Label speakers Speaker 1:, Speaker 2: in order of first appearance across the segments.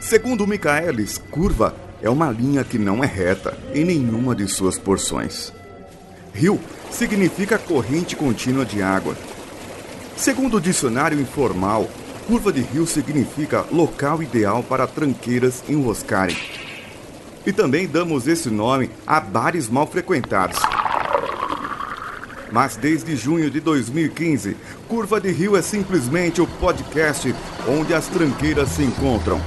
Speaker 1: Segundo Michaelis, curva é uma linha que não é reta em nenhuma de suas porções. Rio significa corrente contínua de água. Segundo o dicionário informal, curva de rio significa local ideal para tranqueiras enroscarem. E também damos esse nome a bares mal frequentados. Mas desde junho de 2015, Curva de Rio é simplesmente o podcast onde as tranqueiras se encontram.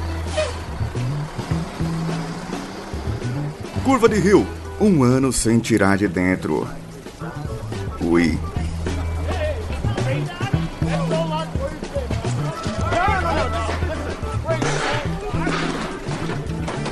Speaker 1: Curva de Rio, um ano sem tirar de dentro. Ui.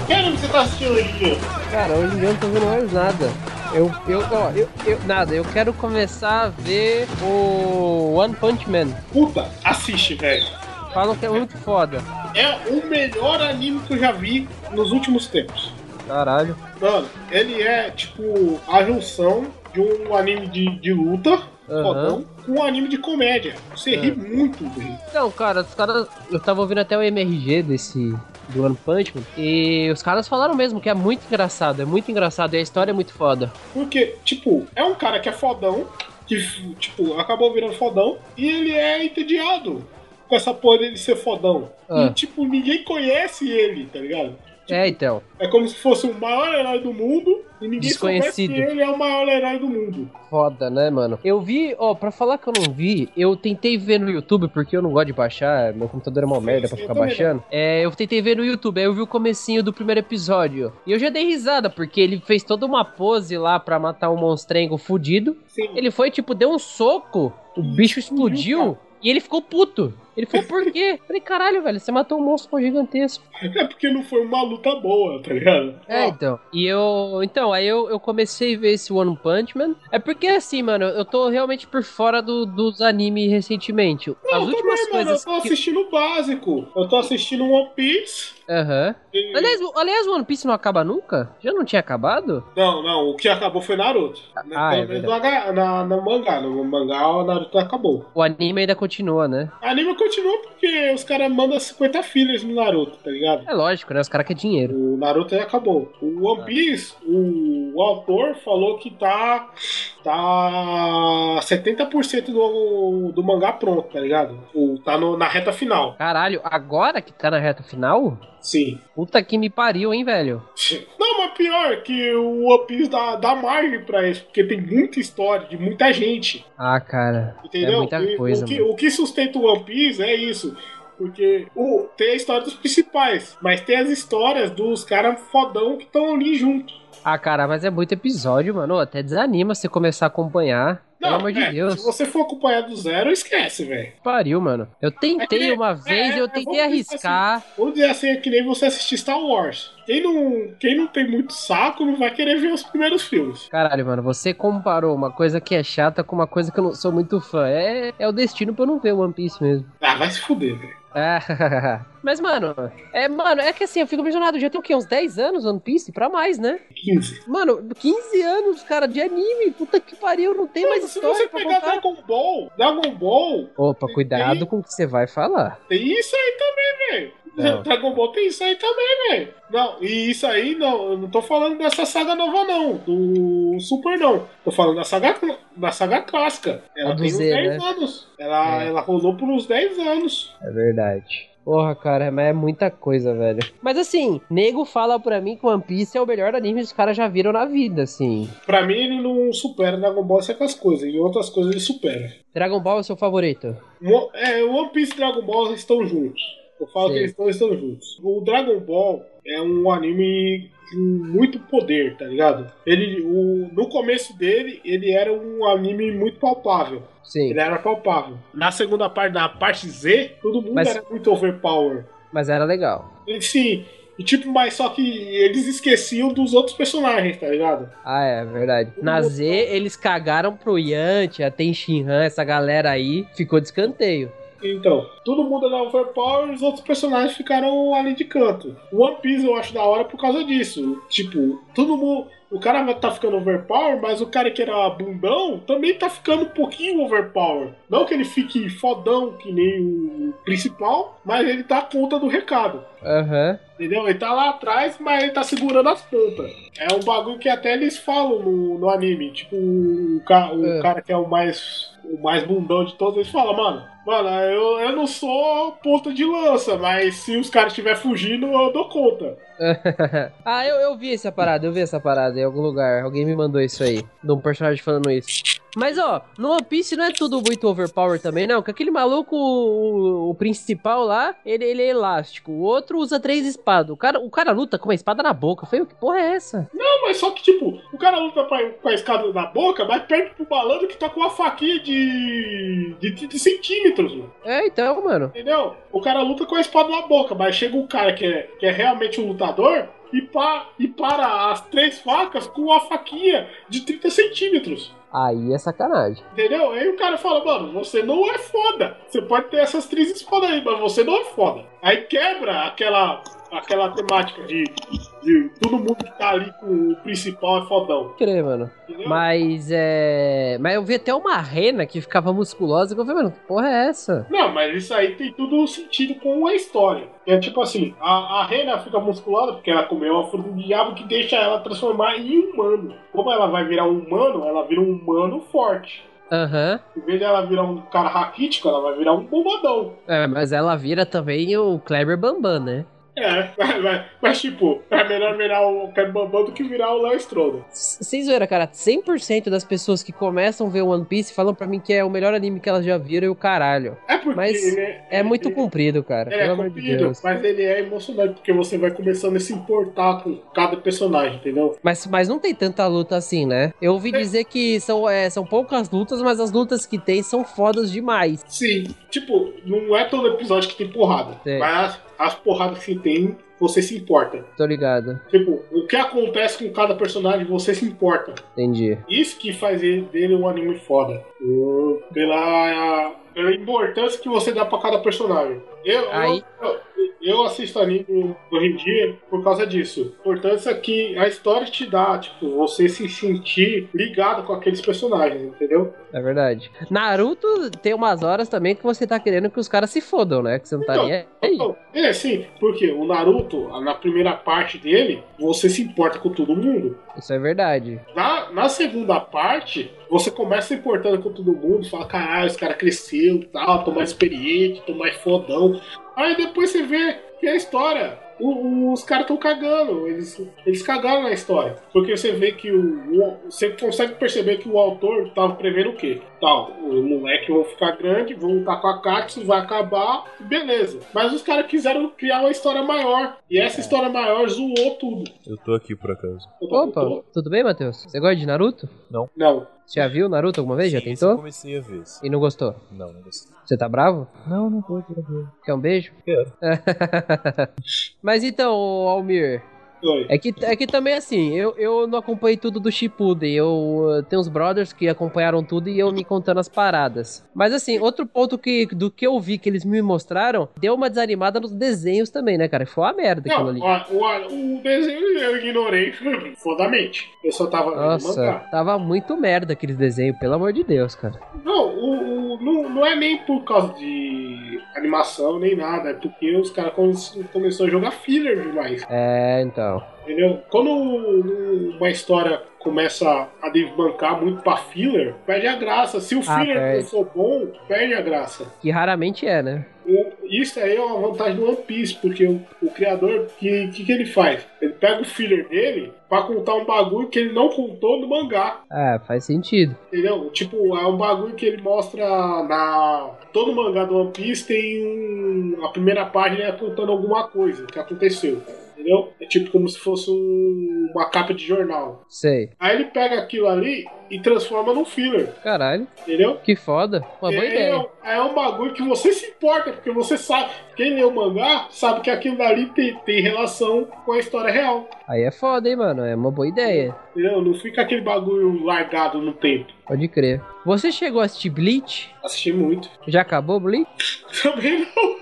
Speaker 2: Que anime você tá assistindo hoje, Gil?
Speaker 3: Cara, hoje em dia eu não tô vendo mais nada. Eu, eu, ó, eu, eu, nada, eu quero começar a ver o One Punch Man.
Speaker 2: Puta, assiste, velho.
Speaker 3: Falam que é muito foda.
Speaker 2: É o melhor anime que eu já vi nos últimos tempos.
Speaker 3: Caralho.
Speaker 2: Mano, ele é tipo a junção de um anime de, de luta,
Speaker 3: Aham. É.
Speaker 2: fodão, com um anime de comédia. Você ri muito, velho.
Speaker 3: Então, cara, os caras. Eu tava ouvindo até o MRG desse. Do One Punch Man. E os caras falaram mesmo que é muito engraçado. É muito engraçado. E a história é muito foda.
Speaker 2: Porque, tipo, é um cara que é fodão, que, tipo, acabou virando fodão, e ele é entediado com essa porra dele ser fodão.
Speaker 3: Ah.
Speaker 2: E, tipo, ninguém conhece ele, tá ligado?
Speaker 3: É, então.
Speaker 2: É como se fosse o maior herói do mundo e ninguém soubesse
Speaker 3: Desconhecido.
Speaker 2: que ele é o maior herói do mundo.
Speaker 3: Foda, né, mano? Eu vi, ó, pra falar que eu não vi, eu tentei ver no YouTube, porque eu não gosto de baixar, meu computador é uma merda pra
Speaker 2: sim,
Speaker 3: ficar
Speaker 2: eu também
Speaker 3: baixando. É, eu tentei ver no YouTube, aí eu vi o comecinho do primeiro episódio. E eu já dei risada, porque ele fez toda uma pose lá pra matar um monstrengo fudido.
Speaker 2: Sim.
Speaker 3: Ele foi, tipo, deu um soco, o bicho explodiu, e ele ficou puto. Ele falou, por quê? Eu Falei, caralho, velho, você matou um monstro gigantesco.
Speaker 2: É porque não foi uma luta boa, tá ligado?
Speaker 3: É,
Speaker 2: Ó,
Speaker 3: então. E eu. Então, aí eu, eu comecei a ver esse One Punch Man. É porque assim, mano, eu tô realmente por fora do- dos animes recentemente.
Speaker 2: Não,
Speaker 3: As
Speaker 2: eu
Speaker 3: últimas
Speaker 2: também, mano. Eu
Speaker 3: coisas.
Speaker 2: tô
Speaker 3: que...
Speaker 2: assistindo o básico. Eu tô assistindo One Piece.
Speaker 3: Aham.
Speaker 2: e-
Speaker 3: Aliás, o- aliás, One Piece não acaba nunca? Já não tinha acabado?
Speaker 2: Não, não. O que acabou foi Naruto. Né,
Speaker 3: ah, é
Speaker 2: Pelo menos no, H- na, no mangá. No mangá, o Naruto acabou.
Speaker 3: O anime ainda continua, né?
Speaker 2: A anime continua porque os caras mandam 50 filhas no Naruto, tá ligado?
Speaker 3: É lógico, né? Os caras querem dinheiro.
Speaker 2: O Naruto aí acabou. O
Speaker 3: É.
Speaker 2: One Piece, o, o autor falou que tá. Tá 70% do, do mangá pronto, tá ligado? O, tá no- na reta final.
Speaker 3: Caralho, agora que tá na reta final?
Speaker 2: Sim.
Speaker 3: Puta que me pariu, hein, velho?
Speaker 2: Não, mas pior que o One Piece dá, dá margem pra isso, porque tem muita história de muita gente,
Speaker 3: Ah, cara.
Speaker 2: entendeu?
Speaker 3: É muita
Speaker 2: E
Speaker 3: coisa,
Speaker 2: o, que,
Speaker 3: mano.
Speaker 2: o que sustenta o One Piece é isso. Porque o, tem a história dos principais, mas tem as histórias dos caras fodão que estão ali junto.
Speaker 3: Ah, cara, mas é muito episódio, mano. Até desanima você começar a acompanhar. Pelo amor de
Speaker 2: é,
Speaker 3: Deus.
Speaker 2: Se você for acompanhar do zero, esquece, velho.
Speaker 3: Pariu, mano. Eu tentei
Speaker 2: É,
Speaker 3: uma vez,
Speaker 2: é,
Speaker 3: eu
Speaker 2: é,
Speaker 3: tentei
Speaker 2: vamos
Speaker 3: arriscar.
Speaker 2: Vamos dizer assim, é que nem você assistir Star Wars. Quem não, quem não tem muito saco não vai querer ver os primeiros filmes.
Speaker 3: Caralho, mano, você comparou uma coisa que é chata com uma coisa que eu não sou muito fã. É, é o destino pra eu não ver One Piece mesmo.
Speaker 2: Ah, vai se fuder, velho.
Speaker 3: Ah, mas, mano, é, mano, é que assim, eu fico impressionado. Já tem o quê? Uns 10 anos One Piece? Pra mais, né?
Speaker 2: 15.
Speaker 3: Mano, 15 anos, cara, de anime. Puta que pariu, não tem mais
Speaker 2: Mano, se você
Speaker 3: história pra
Speaker 2: pegar
Speaker 3: contar.
Speaker 2: Dragon Ball, Dragon Ball
Speaker 3: Opa, cuidado com o que você vai falar.
Speaker 2: Tem isso aí também, velho.
Speaker 3: Não.
Speaker 2: Dragon Ball tem isso aí também, velho. Não, e isso aí não, eu não tô falando dessa saga nova, não. Do Super, não. Tô falando da saga, cl- da saga clássica. Ela
Speaker 3: A do
Speaker 2: tem uns
Speaker 3: Z,
Speaker 2: 10
Speaker 3: né?
Speaker 2: anos. Ela,
Speaker 3: É.
Speaker 2: ela rolou por uns 10 anos.
Speaker 3: É verdade. Porra, cara, mas é muita coisa, velho. Mas assim, nego fala pra mim que One Piece é o melhor anime que os caras já viram na vida, assim.
Speaker 2: Pra mim, ele não supera Dragon Ball em certas coisas. Em outras coisas, ele supera.
Speaker 3: Dragon Ball é o seu favorito?
Speaker 2: Mo- É, One Piece e Dragon Ball estão juntos. Eu falo
Speaker 3: Sim.
Speaker 2: que eles estão, estão juntos. O Dragon Ball é um anime com muito poder, tá ligado? Ele, o- no começo dele, ele era um anime muito palpável.
Speaker 3: Sim.
Speaker 2: Ele era palpável. Na segunda parte, na parte Z, todo mundo
Speaker 3: Mas-
Speaker 2: era muito overpower.
Speaker 3: Mas era legal.
Speaker 2: E, Sim, e tipo, mas só que eles esqueciam dos outros personagens, tá ligado?
Speaker 3: Ah, é verdade. Na Z, eles cagaram pro Yanti, a Tem Shinhan, essa galera aí, ficou de escanteio.
Speaker 2: Então, todo mundo era overpower e os outros personagens ficaram ali de canto. One Piece eu acho da hora por causa disso. Tipo, todo mundo. O cara tá ficando overpower, mas o cara que era bundão também tá ficando um pouquinho overpower. Não que ele fique fodão que nem o principal, mas ele dá conta do recado.
Speaker 3: Aham.
Speaker 2: Entendeu? Ele tá lá atrás, mas ele tá segurando as pontas. É um bagulho que até eles falam no, no anime. Tipo, o, ca- o
Speaker 3: É.
Speaker 2: cara que é o mais, o mais bundão de todos, eles falam, mano, mano, eu, eu não sou ponta de lança, mas se os caras estiver fugindo, eu dou conta.
Speaker 3: ah, eu, eu vi essa parada, eu vi essa parada em algum lugar. Alguém me mandou isso aí, de um personagem falando isso. Mas ó, no One Piece não é tudo muito overpower também, não. Que aquele maluco, o, o principal lá, ele, ele é elástico. O outro usa três espadas. O cara, o cara luta com uma espada na boca. Eu falei, que porra é essa?
Speaker 2: Não, mas só que, tipo, o cara luta pra- com a escada na boca, mas perde pro malandro que tá com uma faquinha de, de, de centímetros, mano.
Speaker 3: É, então, mano.
Speaker 2: Entendeu? O cara luta com a espada na boca, mas chega um cara que é, que é realmente um lutador e, pa, e para as três facas com uma faquinha de 30 centímetros.
Speaker 3: Aí é sacanagem.
Speaker 2: Entendeu? Aí o cara fala, mano, você não é foda. Você pode ter essas três espadas aí, mas você não é foda. Aí quebra aquela, aquela temática de, de todo mundo que tá ali com o principal é fodão.
Speaker 3: Crer, mano.
Speaker 2: Entendeu?
Speaker 3: Mas é. Mas eu vi até uma rena que ficava musculosa. Que eu falei, mano, que porra é essa?
Speaker 2: Não, mas isso aí tem tudo um sentido com a história. É tipo assim, a, a Rena fica musculada porque ela comeu uma fruta do diabo que deixa ela transformar em humano. Como ela vai virar um humano, ela vira um humano forte.
Speaker 3: Aham.
Speaker 2: Em vez de ela virar um cara raquítico, ela vai virar um bombadão.
Speaker 3: É, mas ela vira também o Kleber Bambam, né?
Speaker 2: É, mas, mas- mas, tipo, é melhor virar o Ken Bambam do que virar o Léo Stronda.
Speaker 3: S- Vocês viram, cara? 100% das pessoas que começam a ver One Piece falam pra mim que é o melhor anime que elas já viram e o caralho.
Speaker 2: É porque
Speaker 3: Mas
Speaker 2: ele
Speaker 3: É muito
Speaker 2: ele-
Speaker 3: comprido, cara.
Speaker 2: Ele
Speaker 3: pelo
Speaker 2: é
Speaker 3: amor de
Speaker 2: comprido,
Speaker 3: Deus.
Speaker 2: mas ele é emocionante, porque você vai começando a se importar com cada personagem, entendeu?
Speaker 3: Mas, mas não tem tanta luta assim, né? Eu ouvi dizer que são, é, são poucas lutas, mas as lutas que tem são fodas demais.
Speaker 2: Sim, tipo, não é todo episódio que tem porrada.
Speaker 3: Sim.
Speaker 2: Mas as, as porradas que tem, você se importa.
Speaker 3: Tô ligado.
Speaker 2: Tipo, o que acontece com cada personagem, você se importa.
Speaker 3: Entendi.
Speaker 2: Isso que faz ele- dele um anime foda. O- Pela, pela importância que você dá pra cada personagem. Eu,
Speaker 3: Aí-
Speaker 2: eu, eu assisto anime hoje em dia por causa disso. Importância que a história te dá, tipo, você se sentir ligado com aqueles personagens, entendeu?
Speaker 3: É verdade. Naruto tem umas horas também que você tá querendo que os caras se fodam, né? Que você não tá
Speaker 2: Então,
Speaker 3: nem aí.
Speaker 2: Não, É, sim, porque o Naruto, na primeira parte dele, você se importa com todo mundo.
Speaker 3: Isso é verdade.
Speaker 2: Na, na segunda parte, você começa se importando com todo mundo, fala, caralho, esse cara cresceu, tal, tô mais experiente, tô mais fodão. Aí depois você vê que é a história, o- o- os caras tão cagando, eles, eles cagaram na história. Porque você vê que o, o- Você consegue perceber que o autor tava prevendo o quê? Tal, os moleques vão ficar grande, vão lutar com a Katsu, vai acabar, beleza. Mas os caras quiseram criar uma história maior. E essa história maior zoou tudo.
Speaker 4: Eu tô aqui por acaso.
Speaker 2: Eu tô-
Speaker 3: Opa, tudo bem, Matheus? Você gosta de Naruto?
Speaker 2: Não,
Speaker 3: Você já viu Naruto alguma vez? Já
Speaker 4: Sim, esse Eu
Speaker 3: tentou?
Speaker 4: comecei a ver. esse.
Speaker 3: E não gostou?
Speaker 4: Não, não gostei.
Speaker 3: Você tá bravo?
Speaker 4: Não, não vou ver.
Speaker 3: Quer um beijo?
Speaker 4: Quero.
Speaker 3: Mas então, ô Almir,
Speaker 2: Oi.
Speaker 3: é que, é que também assim, eu, eu não acompanhei tudo do Shippuden, eu eh, tenho uns brothers que acompanharam tudo e eu me contando as paradas. Mas assim, outro ponto que do que eu vi que eles me mostraram, deu uma desanimada nos desenhos também, né, cara? Foi uma merda aquilo
Speaker 2: Não,
Speaker 3: ali.
Speaker 2: ó, o, o desenho é eu ignorei fodamente. Eu só tava vendo
Speaker 3: Nossa,
Speaker 2: mangá.
Speaker 3: tava muito merda aqueles desenhos, pelo amor de Deus, cara.
Speaker 2: Não, o, o- não, não é nem por causa de animação nem nada, é porque os caras começaram a jogar filler demais,
Speaker 3: É, então.
Speaker 2: entendeu? Quando um, uma história começa a desbancar muito pra filler, perde a graça. Se o
Speaker 3: Ah,
Speaker 2: filler
Speaker 3: perde.
Speaker 2: não for bom, perde a graça.
Speaker 3: Que raramente é, né?
Speaker 2: O- Isso aí é uma vantagem do One Piece, porque o, o criador, o que, que, que ele faz? Ele pega o filler dele pra contar um bagulho que ele não contou no mangá.
Speaker 3: Ah, faz sentido.
Speaker 2: Entendeu? Tipo, é um bagulho que ele mostra na. Todo mangá do One Piece tem um. A primeira página é contando alguma coisa que aconteceu. Entendeu? É tipo como se fosse um- uma capa de jornal.
Speaker 3: Sei.
Speaker 2: Aí ele pega aquilo ali e transforma num filler.
Speaker 3: Caralho,
Speaker 2: Entendeu?
Speaker 3: que foda. Uma boa
Speaker 2: é, é
Speaker 3: ideia.
Speaker 2: um- É, um bagulho que você se importa, porque você sabe, quem lê o mangá sabe que aquilo dali tem, tem relação com a história real.
Speaker 3: Aí é foda, hein, mano? É uma boa ideia.
Speaker 2: Entendeu? Não fica aquele bagulho largado no tempo.
Speaker 3: Pode crer. Você chegou a assistir Bleach?
Speaker 2: Assisti muito.
Speaker 3: Já acabou Bleach?
Speaker 2: Também não.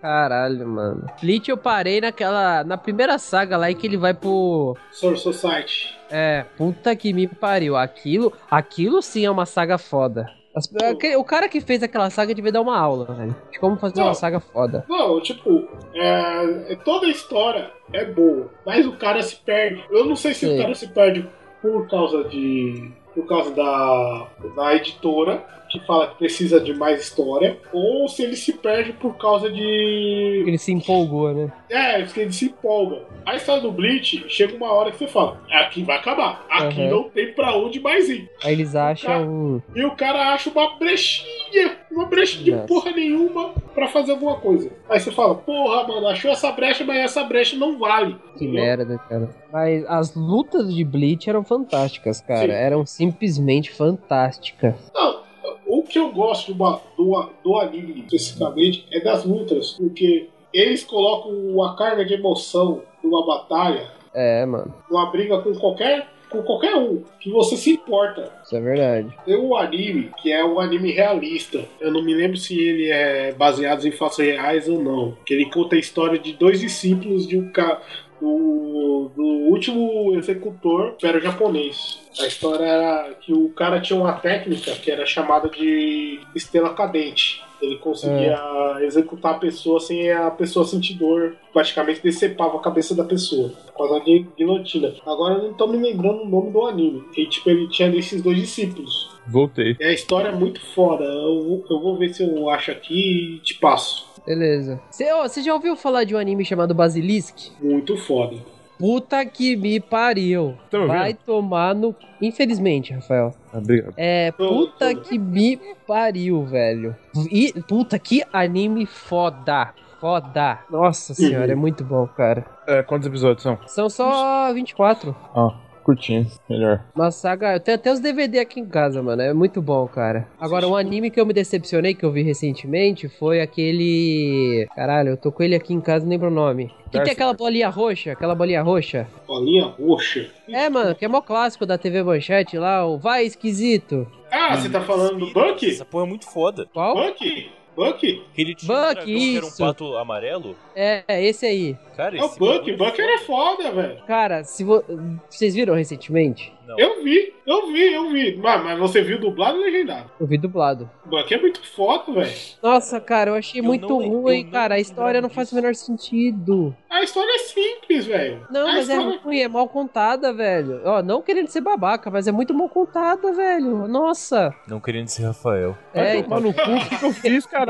Speaker 3: Caralho, mano. Fleet eu parei naquela. Na primeira saga lá em que ele vai pro.
Speaker 2: Soul Society.
Speaker 3: É, puta que me pariu. Aquilo. Aquilo sim é uma saga foda. As- aquele- o cara que fez aquela saga devia dar uma aula, velho. De como fazer
Speaker 2: Não.
Speaker 3: uma saga foda.
Speaker 2: Não, tipo, é, é- toda a história é boa, mas o cara se perde. Eu não sei se
Speaker 3: Sim.
Speaker 2: o cara se perde por causa de. por causa da, da editora, que fala que precisa de mais história, ou se ele se perde por causa de.
Speaker 3: Ele se empolgou, né?
Speaker 2: É, porque ele se empolga. A história do Bleach chega uma hora que você fala: "É, aqui vai acabar, aqui
Speaker 3: Aham.
Speaker 2: não tem pra onde mais ir.
Speaker 3: Aí eles acham. um
Speaker 2: E o cara acha uma brechinha, uma brecha de
Speaker 3: Nossa.
Speaker 2: porra nenhuma pra fazer alguma coisa. Aí você fala, porra, mano, achou essa brecha, mas essa brecha não vale.
Speaker 3: Que
Speaker 2: Entendeu?
Speaker 3: merda, cara. Mas as lutas de Bleach eram fantásticas, cara.
Speaker 2: Sim.
Speaker 3: Eram simplesmente fantásticas.
Speaker 2: Não, o que eu gosto de uma- do, a- do anime especificamente é das lutas, porque eles colocam uma carga de emoção numa batalha,
Speaker 3: É, mano.
Speaker 2: numa briga com qualquer, com qualquer um, que você se importa.
Speaker 3: Isso é verdade.
Speaker 2: Tem um anime que é um anime realista. Eu não me lembro se ele é baseado em fatos reais ou não. Que ele conta a história de dois discípulos de um ca... do, do último executor era japonês. A história era que o cara tinha uma técnica que era chamada de estrela cadente. Ele conseguia executar a pessoa sem a pessoa sentir dor. Praticamente decepava a cabeça da pessoa. Por causa de guilhotina. Agora eu não tô me lembrando o nome do anime. Que tipo, ele tinha desses dois discípulos.
Speaker 4: Voltei.
Speaker 2: É a história é muito foda. Eu, vou- eu vou ver se eu acho aqui e te passo.
Speaker 3: Beleza. Você ó, você já ouviu falar de um anime chamado Basilisk?
Speaker 2: Muito foda.
Speaker 3: Puta que me pariu.
Speaker 4: Tá me ouvindo?
Speaker 3: Vai tomar no. Infelizmente, Rafael.
Speaker 4: Ah, obrigado.
Speaker 3: É,
Speaker 2: Tô,
Speaker 3: puta
Speaker 2: tô.
Speaker 3: que me pariu, velho. E, puta que anime foda. Foda. Nossa senhora, é
Speaker 2: Uhum.
Speaker 3: muito bom, cara.
Speaker 4: É, quantos episódios são?
Speaker 3: São só 24.
Speaker 4: Ah, curtinho. Melhor.
Speaker 3: Uma saga. Eu tenho até os DVD aqui em casa, mano. É muito bom, cara. Agora, um anime que eu me decepcionei, que eu vi recentemente, foi aquele. Caralho, eu tô com ele aqui em casa, não lembro o nome. Que tem
Speaker 4: Berserk.
Speaker 3: aquela bolinha roxa, aquela bolinha roxa.
Speaker 2: Bolinha roxa.
Speaker 3: É, mano, que é mó clássico da TV Manchete lá, o Vai Esquisito.
Speaker 2: Ah, você tá falando do Bucky?
Speaker 5: Essa porra é muito foda.
Speaker 3: Qual?
Speaker 2: Bucky? Bucky?
Speaker 5: Aquele tinha
Speaker 3: Buck,
Speaker 5: um dragão que era um
Speaker 3: isso.
Speaker 5: pato amarelo.
Speaker 3: É, é esse aí.
Speaker 5: Cara,
Speaker 2: É o
Speaker 5: esse bagulho
Speaker 2: Bucky.
Speaker 5: é
Speaker 2: Bucky era foda, velho.
Speaker 3: Cara, se vo... vocês viram recentemente?
Speaker 5: Não.
Speaker 2: Eu vi, eu vi, eu vi. Mas, mas você viu dublado ou legendado?
Speaker 3: Eu vi dublado.
Speaker 2: Bucky é muito foda, velho.
Speaker 3: Nossa, cara, eu achei
Speaker 5: Eu
Speaker 3: muito
Speaker 5: não lem- eu
Speaker 3: ruim,
Speaker 5: não
Speaker 3: cara. A
Speaker 5: lembrava
Speaker 3: história não faz o
Speaker 5: disso.
Speaker 3: menor sentido.
Speaker 2: A história é simples, velho.
Speaker 3: Não,
Speaker 2: a
Speaker 3: mas é
Speaker 2: história...
Speaker 3: ruim, é mal contada, velho. Ó, não querendo ser babaca, mas é muito mal contada, velho. Nossa.
Speaker 5: Não querendo ser Rafael.
Speaker 3: É,
Speaker 4: Vai tomar no cu, o que que eu fiz, caralho?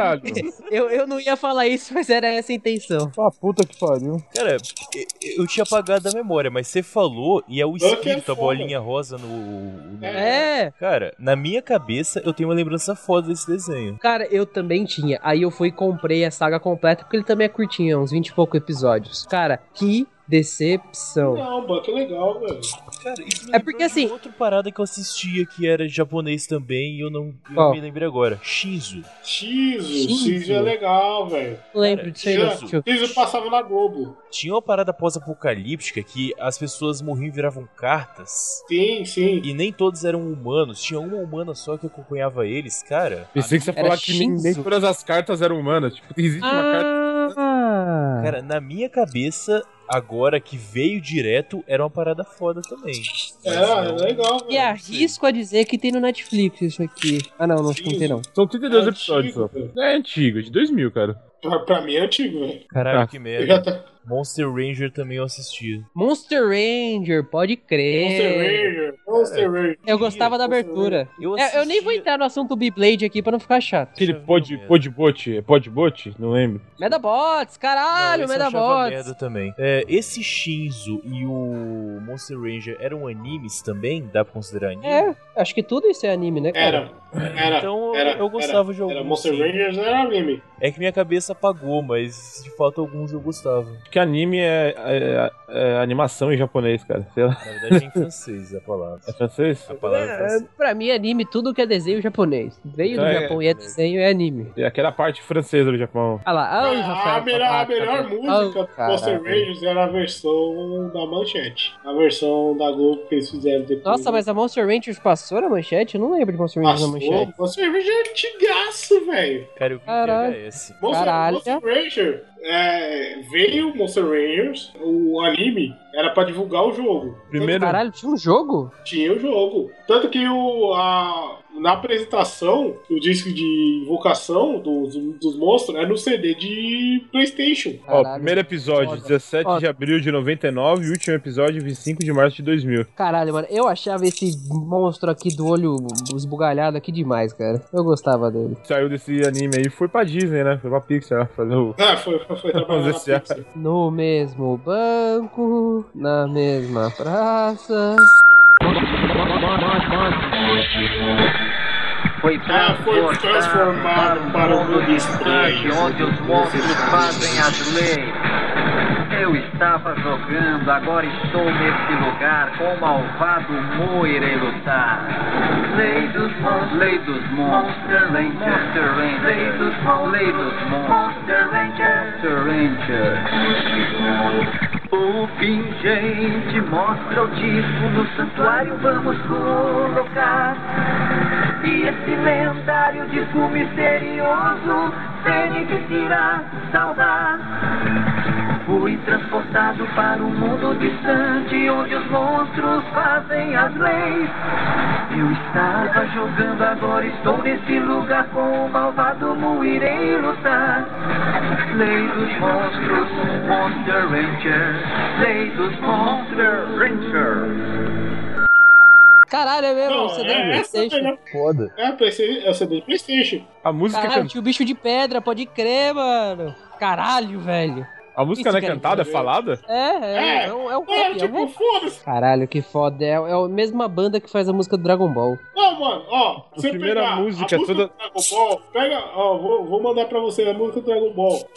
Speaker 3: eu, eu não ia falar isso, mas era essa a intenção.
Speaker 4: Pra puta que pariu.
Speaker 5: Cara, e- eu tinha apagado da memória, mas você falou e é o
Speaker 2: Buck é
Speaker 5: espírito, a
Speaker 2: foda.
Speaker 5: bolinha rosa no. no-
Speaker 3: É.
Speaker 5: Cara, na minha cabeça eu tenho uma lembrança foda desse desenho.
Speaker 3: Cara, eu também tinha. Aí eu fui e comprei a saga completa, porque ele também é curtinho, é uns 20 e pouco episódios. Cara, que decepção.
Speaker 2: Não, Bucky é legal, velho.
Speaker 5: Cara, isso me
Speaker 3: É
Speaker 5: lembrou
Speaker 3: porque,
Speaker 5: de
Speaker 3: assim-
Speaker 5: Outra parada que eu assistia que era japonês também e eu não eu
Speaker 3: Qual?
Speaker 5: me lembrei agora. Shizu.
Speaker 2: Shizu,
Speaker 3: Shizu.
Speaker 2: Shizu é legal, velho.
Speaker 3: Não lembro disso aí, não.
Speaker 5: Jesus.
Speaker 3: Deixa eu-
Speaker 2: Shizu passava na Globo.
Speaker 5: Tinha uma parada pós-apocalíptica que as pessoas morriam e viravam cartas.
Speaker 2: Sim, sim.
Speaker 5: E nem todos eram humanos. Tinha uma humana só que acompanhava eles, cara.
Speaker 4: Pensei que você ia
Speaker 3: Era
Speaker 4: falar que nem,
Speaker 3: Shinzo.
Speaker 4: nem todas as cartas eram humanas. Tipo, existe uma carta.
Speaker 3: Ah,
Speaker 5: Cara, na minha cabeça, agora que veio direto, era uma parada foda também.
Speaker 2: É, é legal,
Speaker 3: e
Speaker 2: velho.
Speaker 3: arrisco a dizer que tem no Netflix isso aqui. Ah, não, não acho que não tem, não.
Speaker 4: São 32
Speaker 2: É
Speaker 4: episódios só.
Speaker 2: antigo,
Speaker 4: É antigo, de 2000, cara.
Speaker 2: Pra, pra mim é antigo, velho.
Speaker 5: Caralho,
Speaker 4: Ah,
Speaker 5: que
Speaker 2: Eu já
Speaker 5: merda.
Speaker 2: tá
Speaker 5: Monster Ranger também eu assistia.
Speaker 3: Monster Ranger, pode
Speaker 5: É.
Speaker 2: Monster
Speaker 3: crer.
Speaker 2: Ranger, Monster Ranger.
Speaker 3: Eu gostava da
Speaker 2: Monster
Speaker 3: abertura.
Speaker 5: Eu,
Speaker 3: É, eu nem vou
Speaker 5: assistia-
Speaker 3: entrar no assunto Beyblade aqui pra não ficar chato.
Speaker 5: Já
Speaker 4: Aquele
Speaker 5: viu
Speaker 4: pod,
Speaker 5: mesmo.
Speaker 4: podbot, é podbot? Não lembro.
Speaker 3: Medabots, caralho,
Speaker 5: Não, Ah, esse eu achava
Speaker 3: Medabots.
Speaker 5: merda também. É, esse Shinzo e o Monster Ranger eram animes também? Dá pra considerar anime?
Speaker 3: É, acho que tudo isso é anime, né, cara?
Speaker 2: Era, era.
Speaker 5: Então
Speaker 2: era,
Speaker 5: eu gostava de
Speaker 2: era,
Speaker 5: alguns.
Speaker 2: era Monster
Speaker 5: sim.
Speaker 2: Rangers, era anime.
Speaker 5: É que minha cabeça apagou, mas de fato alguns eu gostava.
Speaker 4: Porque anime é, é- é animação em japonês, cara. Sei lá.
Speaker 5: Na verdade, é em francês a palavra.
Speaker 4: É francês?
Speaker 5: A palavra é
Speaker 3: É,
Speaker 5: francesa.
Speaker 3: pra mim, anime, tudo que é desenho japonês. Veio
Speaker 2: Então
Speaker 3: do
Speaker 4: É,
Speaker 3: Japão e é desenho, é anime.
Speaker 4: É aquela parte francesa do Japão.
Speaker 3: Ah lá, ah, o
Speaker 2: a,
Speaker 3: Rafael.
Speaker 2: a melhor, a
Speaker 3: babaca,
Speaker 2: melhor
Speaker 3: velho.
Speaker 2: música
Speaker 3: Ah,
Speaker 2: do
Speaker 3: caralho.
Speaker 2: Monster Rangers era a versão da Manchete. A versão da Globo que eles fizeram depois.
Speaker 3: Nossa, mas a Monster Rangers passou na manchete? Eu não lembro de Monster Rangers na manchete.
Speaker 2: Passou, Monster Ranger é antigaço, velho.
Speaker 5: Cara, eu vi
Speaker 3: Caralho.
Speaker 5: VHS.
Speaker 2: Monster,
Speaker 3: Caralho.
Speaker 2: Monster Ranger é, veio Monster Rangers, o anime era pra divulgar o jogo.
Speaker 4: Primeiro,
Speaker 3: Caralho, tinha um jogo?
Speaker 2: Tinha o jogo. Tanto que o, a, na apresentação, o disco de invocação dos, dos monstros é no CD de PlayStation.
Speaker 4: ó,
Speaker 3: Caralho.
Speaker 4: primeiro episódio,
Speaker 3: Foda.
Speaker 4: 17
Speaker 3: Ó.
Speaker 4: de abril de 99 e último episódio, 25 de março de 2000.
Speaker 3: Caralho, mano, eu achava esse monstro aqui do olho esbugalhado aqui demais, cara. Eu gostava dele.
Speaker 4: Saiu desse anime aí, foi pra Disney, né? Foi pra Pixar fazer o...
Speaker 2: Ah, foi, foi, foi trabalhar na
Speaker 4: Vamos ver se é.
Speaker 2: Pixar.
Speaker 3: No mesmo banco, na mesma praça.
Speaker 6: Foi
Speaker 2: Ah, foi transformado para o mundo
Speaker 6: distante
Speaker 2: estranho.
Speaker 6: onde os monstros fazem as leis. Eu estava jogando, agora estou neste lugar com o malvado Moira a lutar. Lei dos monstros, lei dos monstros, Monster Ranger, Monster Ranger, lei dos monstros, lei dos monstros, Monster Ranger, Monster Ranger. O pingente mostra o disco no santuário, vamos colocar. E esse lendário disco misterioso tem que tirar, salvar. Fui transportado para um mundo distante onde os monstros fazem as leis. Eu estava jogando, agora estou nesse lugar com o malvado Mu irei lutar. Lei dos monstros, Monster Ranger. Lei dos Monster Ranger.
Speaker 3: Caralho, é mesmo,
Speaker 2: Não,
Speaker 3: você
Speaker 2: é, essa
Speaker 3: é,
Speaker 2: foi
Speaker 3: PlayStation.
Speaker 2: na-
Speaker 5: Foda.
Speaker 2: é, PC, é o CD de PlayStation.
Speaker 4: A música,
Speaker 3: Caralho,
Speaker 4: can-
Speaker 3: tinha o bicho de pedra, pode crer, mano. Caralho, velho.
Speaker 4: a música
Speaker 3: isso
Speaker 4: não é
Speaker 3: que era
Speaker 4: cantada, é
Speaker 2: fazer.
Speaker 4: falada?
Speaker 3: É, é,
Speaker 2: É,
Speaker 3: é, um- é um
Speaker 2: É,
Speaker 3: rap, é um
Speaker 2: tipo,
Speaker 3: rap.
Speaker 2: foda-se.
Speaker 3: Caralho, que foda. É, é a mesma banda que faz a música do Dragon Ball.
Speaker 2: Não, mano, ó. Você
Speaker 4: primeira
Speaker 2: pega
Speaker 4: música é
Speaker 2: a música
Speaker 4: toda-
Speaker 2: do Dragon Ball, pega, ó, vou, vou mandar pra você a música do Dragon Ball.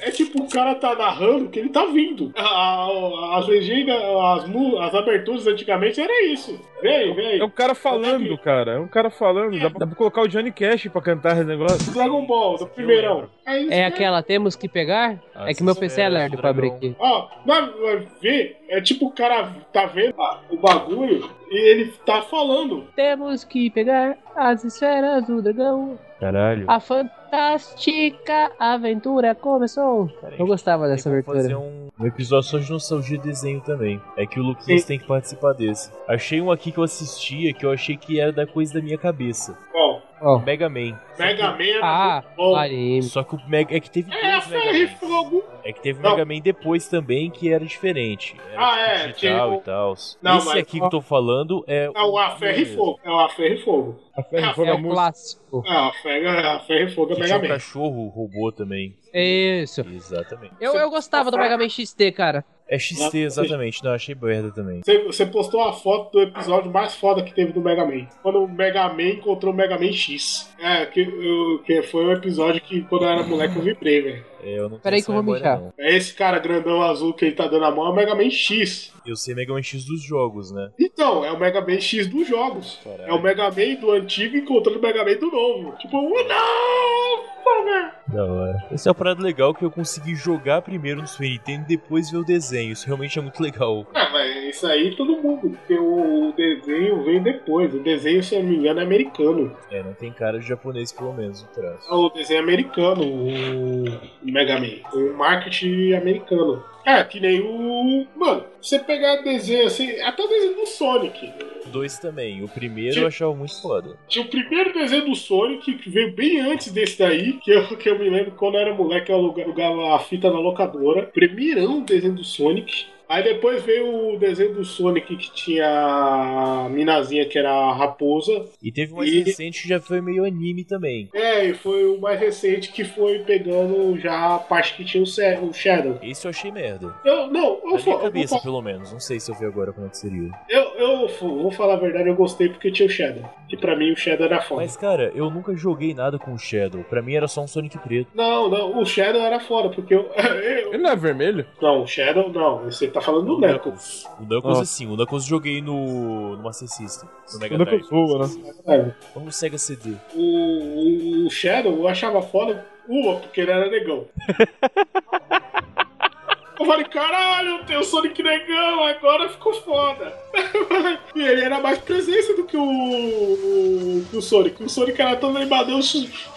Speaker 2: É tipo, o cara tá narrando que ele tá vindo. A- a- As legendas, as, mu- as aberturas antigamente era isso. Vem aí, vem aí.
Speaker 4: É um cara falando, cara. É um cara falando. Dá pra, dá pra colocar o Johnny Cash pra cantar esse negócio.
Speaker 2: Dragon Ball, do primeirão. Aí você-
Speaker 3: É aquela, temos que pegar?
Speaker 5: Ah,
Speaker 3: é que meu
Speaker 5: sim,
Speaker 3: PC é
Speaker 5: é,
Speaker 3: lerdo pra abrir
Speaker 5: Dragão.
Speaker 3: aqui.
Speaker 2: Ó, mas, mas vê, é tipo o cara tá vendo ah, o bagulho e ele tá falando.
Speaker 3: Temos que pegar as esferas do dragão.
Speaker 4: Caralho.
Speaker 3: A fantástica aventura começou.
Speaker 5: Cara,
Speaker 3: Eu gostava dessa
Speaker 5: tem como fazer
Speaker 3: abertura.
Speaker 5: um, um episódio só de nostalgia e desenho também. É que o Luquinhas
Speaker 2: Sim.
Speaker 5: tem que participar desse. Achei um aqui que eu assistia que eu achei que era da coisa da minha cabeça.
Speaker 2: Ó,
Speaker 3: Ó.
Speaker 5: Mega Man.
Speaker 2: Mega Man era
Speaker 3: Ah,
Speaker 2: muito bom.
Speaker 3: anime.
Speaker 5: Só que o Mega. É que
Speaker 2: É,
Speaker 5: teve dois Mega
Speaker 2: ferro e
Speaker 5: Man.
Speaker 2: fogo.
Speaker 5: É que teve o
Speaker 2: Não.
Speaker 5: Mega Man depois também, que era diferente. Era tipo
Speaker 2: Ah, é,
Speaker 5: Digital
Speaker 2: tinha o-
Speaker 5: e tal.
Speaker 2: Não,
Speaker 5: Esse
Speaker 2: mas-
Speaker 5: aqui que eu tô falando é.
Speaker 2: É o A Ferro e Fogo. É o A Ferro e Fogo.
Speaker 4: A Ferro Fogo
Speaker 3: É
Speaker 4: é
Speaker 3: o
Speaker 4: música.
Speaker 3: clássico.
Speaker 2: É, a Ferro, a ferro e Fogo
Speaker 5: Que
Speaker 2: é
Speaker 5: tinha
Speaker 2: Mega
Speaker 5: um
Speaker 2: Man.
Speaker 5: cachorro robô também.
Speaker 3: Isso.
Speaker 5: Exatamente.
Speaker 3: Eu, eu gostava do Mega Man XT, cara.
Speaker 5: É XT, exatamente. Não, achei merda também.
Speaker 2: Você, você postou a foto do episódio mais foda que teve do Mega Man. Quando o Mega Man encontrou o Mega Man X. É, que, eu- que foi um episódio que quando eu era moleque eu vibrei, velho.
Speaker 5: É, eu não
Speaker 3: Peraí
Speaker 5: tenho
Speaker 3: que eu
Speaker 5: essa
Speaker 3: vou
Speaker 5: memória,
Speaker 3: mijar.
Speaker 5: não.
Speaker 2: É esse cara grandão azul que ele tá dando a mão é o Mega Man X.
Speaker 5: Eu sei Mega Man X dos jogos, né?
Speaker 2: Então, é o Mega Man X dos jogos.
Speaker 5: Caralho.
Speaker 2: É o Mega Man do antigo encontrando o Mega Man do novo. Tipo, oh, não! Foga!
Speaker 5: Da hora. Essa é uma parada legal que eu consegui jogar primeiro no Super Nintendo e depois ver o desenho. Isso realmente é muito legal.
Speaker 2: Ah, mas isso aí todo mundo, porque o o desenho veio depois. O desenho, se eu não me engano, é americano.
Speaker 5: É, não tem cara de japonês, pelo menos, o traço.
Speaker 2: É o desenho americano, o Mega Man. O marketing americano. É, que nem o. Mano, você pegar desenho assim, até o desenho do Sonic.
Speaker 5: Dois também. O primeiro
Speaker 2: Tipo-
Speaker 5: eu achava muito foda.
Speaker 2: Tinha o primeiro desenho do Sonic que veio bem antes desse daí, que eu, que eu me lembro quando eu era moleque, eu aluga- alugava a fita na locadora. Primeirão desenho do Sonic. Aí depois veio o desenho do Sonic que tinha a minazinha que era a raposa.
Speaker 5: E teve mais
Speaker 2: E-
Speaker 5: recente que já foi meio anime também.
Speaker 2: É, e foi o mais recente que foi pegando já a parte que tinha o, Sa- o Shadow.
Speaker 5: Esse eu achei merda.
Speaker 2: Eu, não, eu,
Speaker 5: Na
Speaker 2: fa-
Speaker 5: minha
Speaker 2: eu
Speaker 5: cabeça,
Speaker 2: vou, fa-
Speaker 5: pelo menos. Não sei se eu vi agora como é que seria.
Speaker 2: eu, eu fa- vou falar a verdade, eu gostei porque tinha o Shadow. Que pra mim o Shadow era foda.
Speaker 5: Mas, cara, eu nunca joguei nada com o Shadow. Pra mim era só um Sonic preto.
Speaker 2: Não, não, o Shadow era foda, porque eu. eu-
Speaker 4: Ele não é vermelho?
Speaker 2: Não, o Shadow não. Você tá falando do Knuckles.
Speaker 5: O Knuckles,
Speaker 4: Ah.
Speaker 5: assim, o Knuckles eu joguei no, no Master System. No Mega
Speaker 4: O Knuckles
Speaker 5: Drive.
Speaker 4: voa,
Speaker 2: É,
Speaker 5: Ou no Sega CD.
Speaker 2: O, o, o Shadow eu achava foda, uma, porque ele era negão. Eu falei, caralho, tem o Sonic Negão, agora ficou foda. e ele era mais presença do que o, o, que o Sonic. O Sonic era todo lembrado, o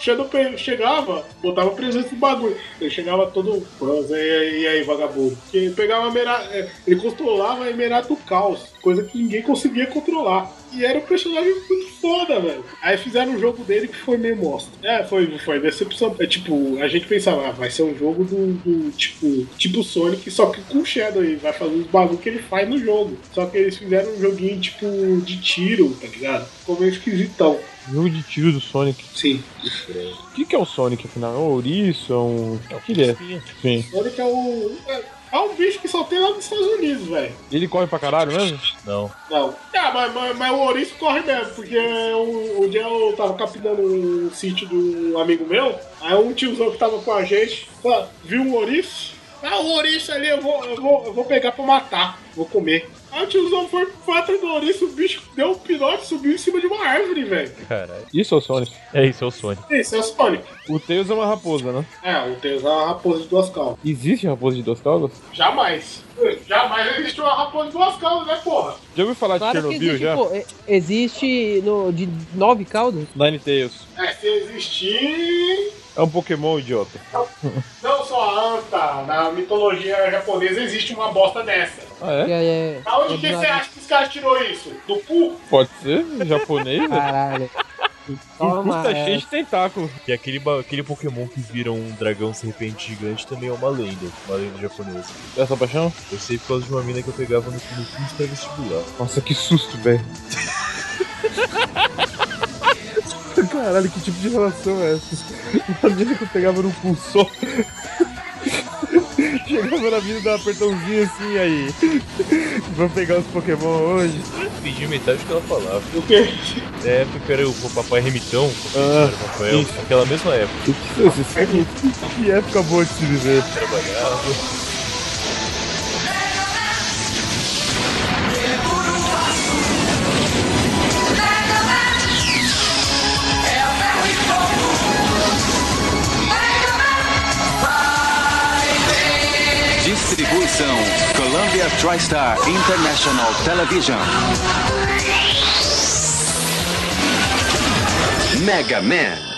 Speaker 2: Shadow pe- chegava, botava presença no bagulho. Ele chegava todo bronze, e aí, e aí, vagabundo? Porque ele pegava a Mera- é, ele controlava a Emerata do Caos, coisa que ninguém conseguia controlar. E era um personagem muito foda, velho. Aí fizeram um jogo dele que foi meio mostra. É, foi, foi decepção. É tipo, a gente pensava, ah, vai ser um jogo do, do tipo, tipo Sonic, só que com Shadow e vai fazer os bagulho que ele faz no jogo. Só que eles fizeram um joguinho tipo de tiro, tá ligado? Ficou meio esquisitão.
Speaker 4: Jogo de tiro do Sonic.
Speaker 2: Sim.
Speaker 4: O que, que é o Sonic afinal? É um ouriço? É um. O que ele é? Sim.
Speaker 2: Sonic é o. É, é um bicho que só tem lá nos Estados Unidos, velho.
Speaker 4: Ele corre pra caralho mesmo?
Speaker 5: Não.
Speaker 2: Não. Ah, mas, mas, mas o Ouriço corre mesmo, porque o, o dia eu tava capinando um sítio do amigo meu, aí um tiozão que tava com a gente falou, viu um Ouriço. Ah, o Ouriço ali eu vou, eu, vou, eu vou pegar pra matar, vou comer. Aí o tiozão foi, foi atrás do Ouriço, o bicho deu um pinote e subiu em cima de uma árvore, velho.
Speaker 5: Caralho.
Speaker 4: Isso é o Sonic.
Speaker 5: É isso, é o Sonic.
Speaker 2: Esse é o Sonic.
Speaker 4: O Tails é uma raposa, né?
Speaker 2: É, o Deus é uma raposa de duas calças.
Speaker 4: Existe raposa de duas caudas?
Speaker 2: Jamais. Jamais existiu uma raposa de duas calças, né, porra?
Speaker 4: Já ouviu falar
Speaker 3: Claro
Speaker 4: de
Speaker 3: que
Speaker 4: Chernobyl
Speaker 3: existe,
Speaker 4: já?
Speaker 3: pô, e- existe no, de nove caudas?
Speaker 4: Nine Tails.
Speaker 2: É, se existir,
Speaker 4: É um Pokémon idiota.
Speaker 2: Não só anta, na mitologia japonesa existe uma bosta dessa.
Speaker 4: Ah, é?
Speaker 3: Que é-
Speaker 2: Da onde
Speaker 3: é
Speaker 2: que
Speaker 3: do
Speaker 2: você
Speaker 3: nada.
Speaker 2: acha que os caras tirou isso? Do cu?
Speaker 4: Pode ser? Japonês? né?
Speaker 3: Caralho.
Speaker 4: O cu
Speaker 3: Toma é.
Speaker 4: tá
Speaker 3: essa.
Speaker 4: cheio de tentáculo.
Speaker 5: E aquele, ba- aquele Pokémon que vira um dragão serpente gigante também é uma lenda. Uma lenda japonesa.
Speaker 4: É Essa paixão?
Speaker 5: Eu sei por causa de uma mina que eu pegava no, no curso pré-vestibular.
Speaker 4: Nossa, que susto, velho. Caralho, que tipo de relação é essa? Uma mina que eu pegava no cu só. Chegava na mina, dava um apertãozinho assim, e aí. Vamos pegar os Pokémon hoje?
Speaker 5: Pedi metade do que ela falava.
Speaker 2: O quê?
Speaker 5: Na época era o papai remitão,
Speaker 4: Ah,
Speaker 5: era o Rafael. Aquela mesma época.
Speaker 4: que, é que, que época boa de se viver.
Speaker 7: Distribuição Columbia TriStar International Television. Mega Man.